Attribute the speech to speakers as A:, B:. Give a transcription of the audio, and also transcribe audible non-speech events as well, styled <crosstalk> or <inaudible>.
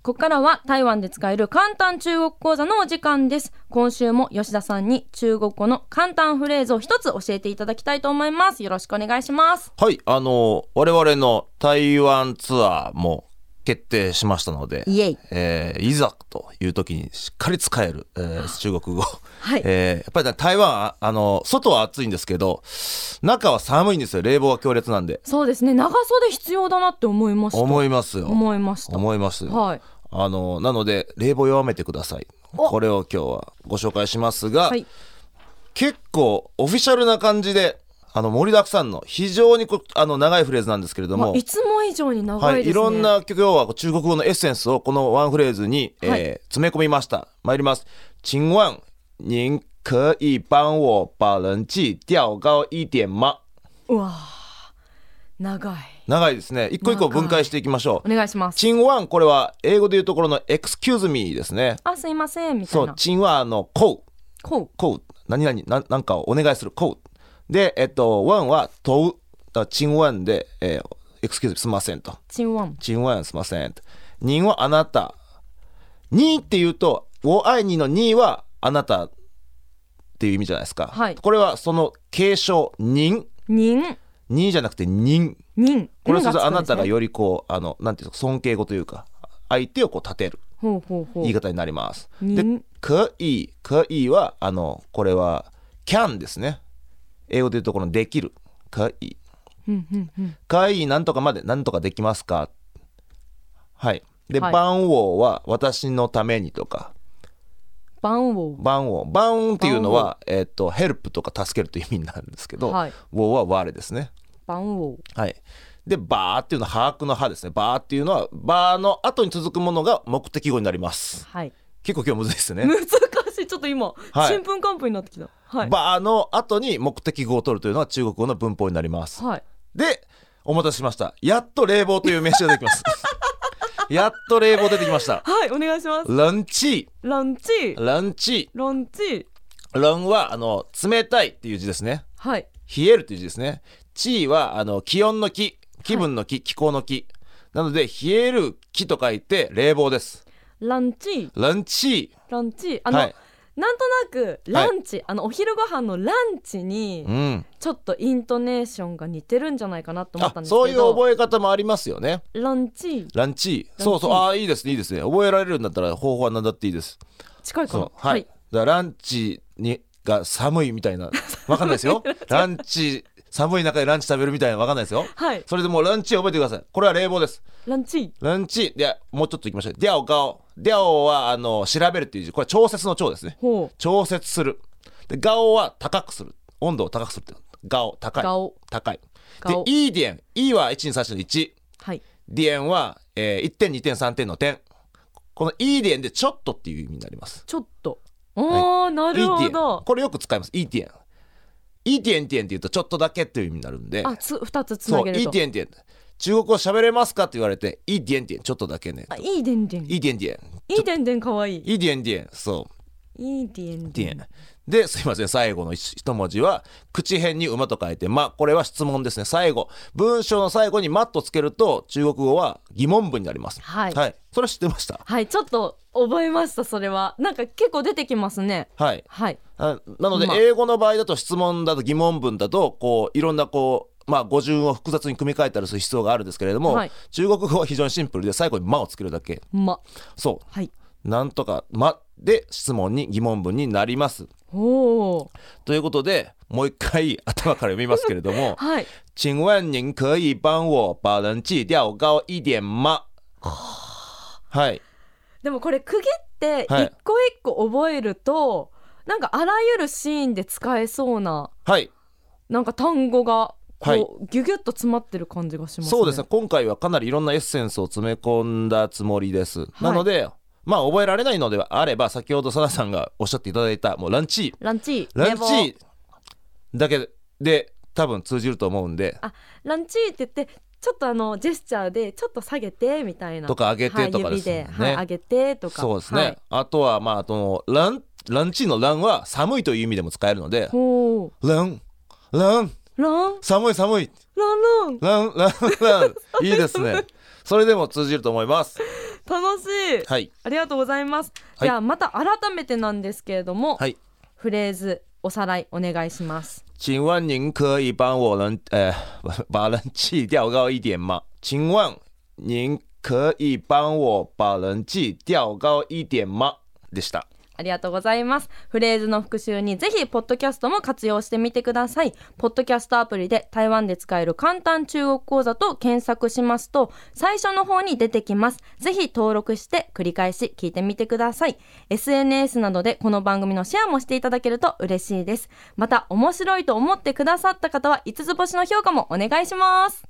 A: ここからは台湾で使える簡単中国講座のお時間です。今週も吉田さんに中国語の簡単フレーズを一つ教えていただきたいと思います。よろしくお願いします。
B: はい、あの、我々の台湾ツアーも決定しましたので、
A: イエイ
B: えーいざという時にしっかり使える、えー中国語。
A: はい
B: えーやっぱりね、台湾は、あの、外は暑いんですけど、中は寒いんですよ。冷房は強烈なんで。
A: そうですね。長袖必要だなって思いました。
B: 思いますよ。
A: 思いました。
B: 思いますよ。
A: はい
B: あの、なので、冷房弱めてください。
A: お
B: これを今日はご紹介しますが、
A: はい。
B: 結構オフィシャルな感じで、あの、盛りだくさんの非常にこあの、長いフレーズなんですけれど
A: ま
B: も、
A: あ、いつも以上に長い
B: は
A: で
B: い、
A: すね。
B: いろん。な今日は中国語のエッセンスをこのワンフレーズに、
A: はい
B: えー詰め込みました。参ります。请问您可以帮我把人气调高一点吗？
A: うわー長い。
B: 長いですね。一個一個分解していきましょ
A: お
B: う。
A: 願いします。
B: 请问これは英語でいうところの excuse me ですね。
A: あ、すいませんみた
B: そ
A: いうな。
B: 请はあのこう
A: こ
B: こう何々なんなんかをお願いするこうでえっと one は問うだから请问で、えー、excuse me すみませんと。
A: う。チンワン。
B: チンワンすいません。人はあなた。にって言うと、我愛にのにはあなたっていう意味じゃないですか。
A: はい
B: これはその継承、人。
A: ニン。
B: にじゃなくて人。
A: ニン。
B: これはそ
A: ニン
B: うするとあ
A: が
B: な
A: つく
B: た
A: んです
B: が
A: ね
B: よりこう、あの、なんていうの、尊敬語というか、相手をこう立てる
A: ほうほうほう。
B: 言い方になります。で
A: 人、
B: 可以、可以は、あの、これは、can ですね。英語で言うところのできる。可以。
A: うんうんうん。
B: かいなんとかまでなんとかできますかはいで、
A: はい
B: 番号は私のためにとか
A: 番号。
B: 番号番っていう
A: 番
B: のはえっ、とヘルプとか助けるという意味になるんですけど、
A: はい
B: 号は我ですね
A: 番号。
B: はいでバーっていうのは把握の歯ですねバーっていうのはバーの後に続くものが目的語になります
A: はい。
B: 結構今日むずいですね、
A: 難しい。ちょっと今、
B: はい
A: ちんぷんかんぷんになってきた。はい。
B: バーの後に目的語を取るというのは中国語の文法になります
A: はい。
B: でお待たせしましたやっと冷房という名詞ができます
A: <laughs>
B: やっと冷房出てきました
A: はい、お願いします。
B: ランチ
A: ランチ。
B: ランチ
A: ランチ。
B: ランはあの冷たいっていう字ですね
A: はい。
B: 冷えるという字ですねチーはあの気温の気気分の気、気候の気なので冷える気と書いて冷房です
A: ランチ。
B: ランチ
A: ランチ。あ
B: ー
A: の、
B: はい
A: なんとなくランチ、あのお昼ご飯のランチに
B: うん
A: ちょっとイントネーションが似てるんじゃないかなと思っ
B: あ
A: たんですけど
B: そういう覚え方もありますよね
A: ランチ
B: ラン
A: ラン
B: チ
A: チ
B: そうそうああいいですねいいですね覚えられるんだったら方法は何だっていいです
A: 近いか
B: そ
A: な
B: うはい、だからランチにが寒いみた
A: <laughs>
B: いなわかんないですよランチ寒い中でランチ食べるみたいなわかんないですよ
A: はい
B: それでもうランチ覚えてくださいこれは冷房です
A: ランチ
B: ランチでもうちょっといきましょうディアオガオディアオはあの調べるっていう字これは調節の調ですね
A: ほう
B: 調節するでガオは高くする温度を高くするってガオ高い
A: ガオ
B: 高い
A: ガオ
B: でイーディエンイーは1234の1
A: はい
B: ディエンは、えー、1点2点3点の点このイーディエンでちょっとっていう意味になります
A: ちょっとおー、なるほ
B: ETN
A: ど
B: これよく使います ETN ETN って言うとちょっとだけっていう意味になるんで
A: あつ二つつ
B: そ
A: な
B: う
A: げると
B: ETN って中国語喋れますかって言われて ETN ってちょっとだけね
A: あいいでんでんい
B: ETN って
A: いでんでんかわいい
B: ETN ってそう
A: いいでんで
B: ETN
A: ん
B: ですいません最後の一一文字は口辺に馬と書いてまこれは質問ですね最後文章の最後にまとつけると中国語は疑問文になります
A: はい
B: はい、それは知ってました
A: はいちょっと覚えましたそれはなんか結構出てきますね
B: はい
A: はい
B: あなので
A: まあ
B: 英語の場合だと質問だと疑問文だとこういろんなこうまあ語順を複雑に組み替えたりする必要があるんですけれども、
A: はい
B: 中国語は非常にシンプルで最後に「ま」をつけるだけ
A: ま
B: そ
A: はいう
B: なんとか「ま」で質問に疑問文になります
A: おー
B: ということでもう一回頭から読みますけれ
A: <laughs>
B: ども
A: はい
B: 「请问您可以帮我把人气调高一点吗？」はい
A: でもこれ区切って
B: はい
A: 一個一個覚えると、なんかあらゆるシーンで使えそうな
B: はい
A: なんか単語がこう、
B: はい
A: ギュギュッと詰まってる感じがしますね。
B: そうですね今回はかなりいろんなエッセンスを詰め込んだつもりです、なのでまあ覚えられないのであれば先ほどさださんがおっしゃっていただいたもうランチ
A: ランチ
B: ラ
A: 冷
B: ン
A: 房
B: チだけで多分通じると思うんで
A: あランチって言ってちょっとあのジェスチャーでちょっと下げてみたいな
B: とか上げてとかですよね
A: はい、指で、はい、上げてとか
B: そうですね、
A: はい、
B: あとはまああのランランチのランは寒いという意味でも使えるので
A: ほう
B: ランラン
A: ラン
B: 寒い寒い
A: ランラン
B: <laughs> ランランランいいですねそれでも通じると思います
A: 楽しい、
B: はい
A: ありがとうございます、
B: はい
A: じゃあまた改めてなんですけれども、
B: はい
A: フレーズおさらいお願いします
B: 请问您可以帮我人呃 <laughs> 把把人气调高一点吗？请问您可以帮我把人气调高一点吗？でした。
A: ありがとうございますフレーズの復習にぜひポッドキャストも活用してみてくださいポッドキャストアプリで台湾で使える簡単中国講座と検索しますと最初の方に出てきますぜひ登録して繰り返し聞いてみてください SNS などでこの番組のシェアもしていただけると嬉しいですまた面白いと思ってくださった方は5つ星の評価もお願いします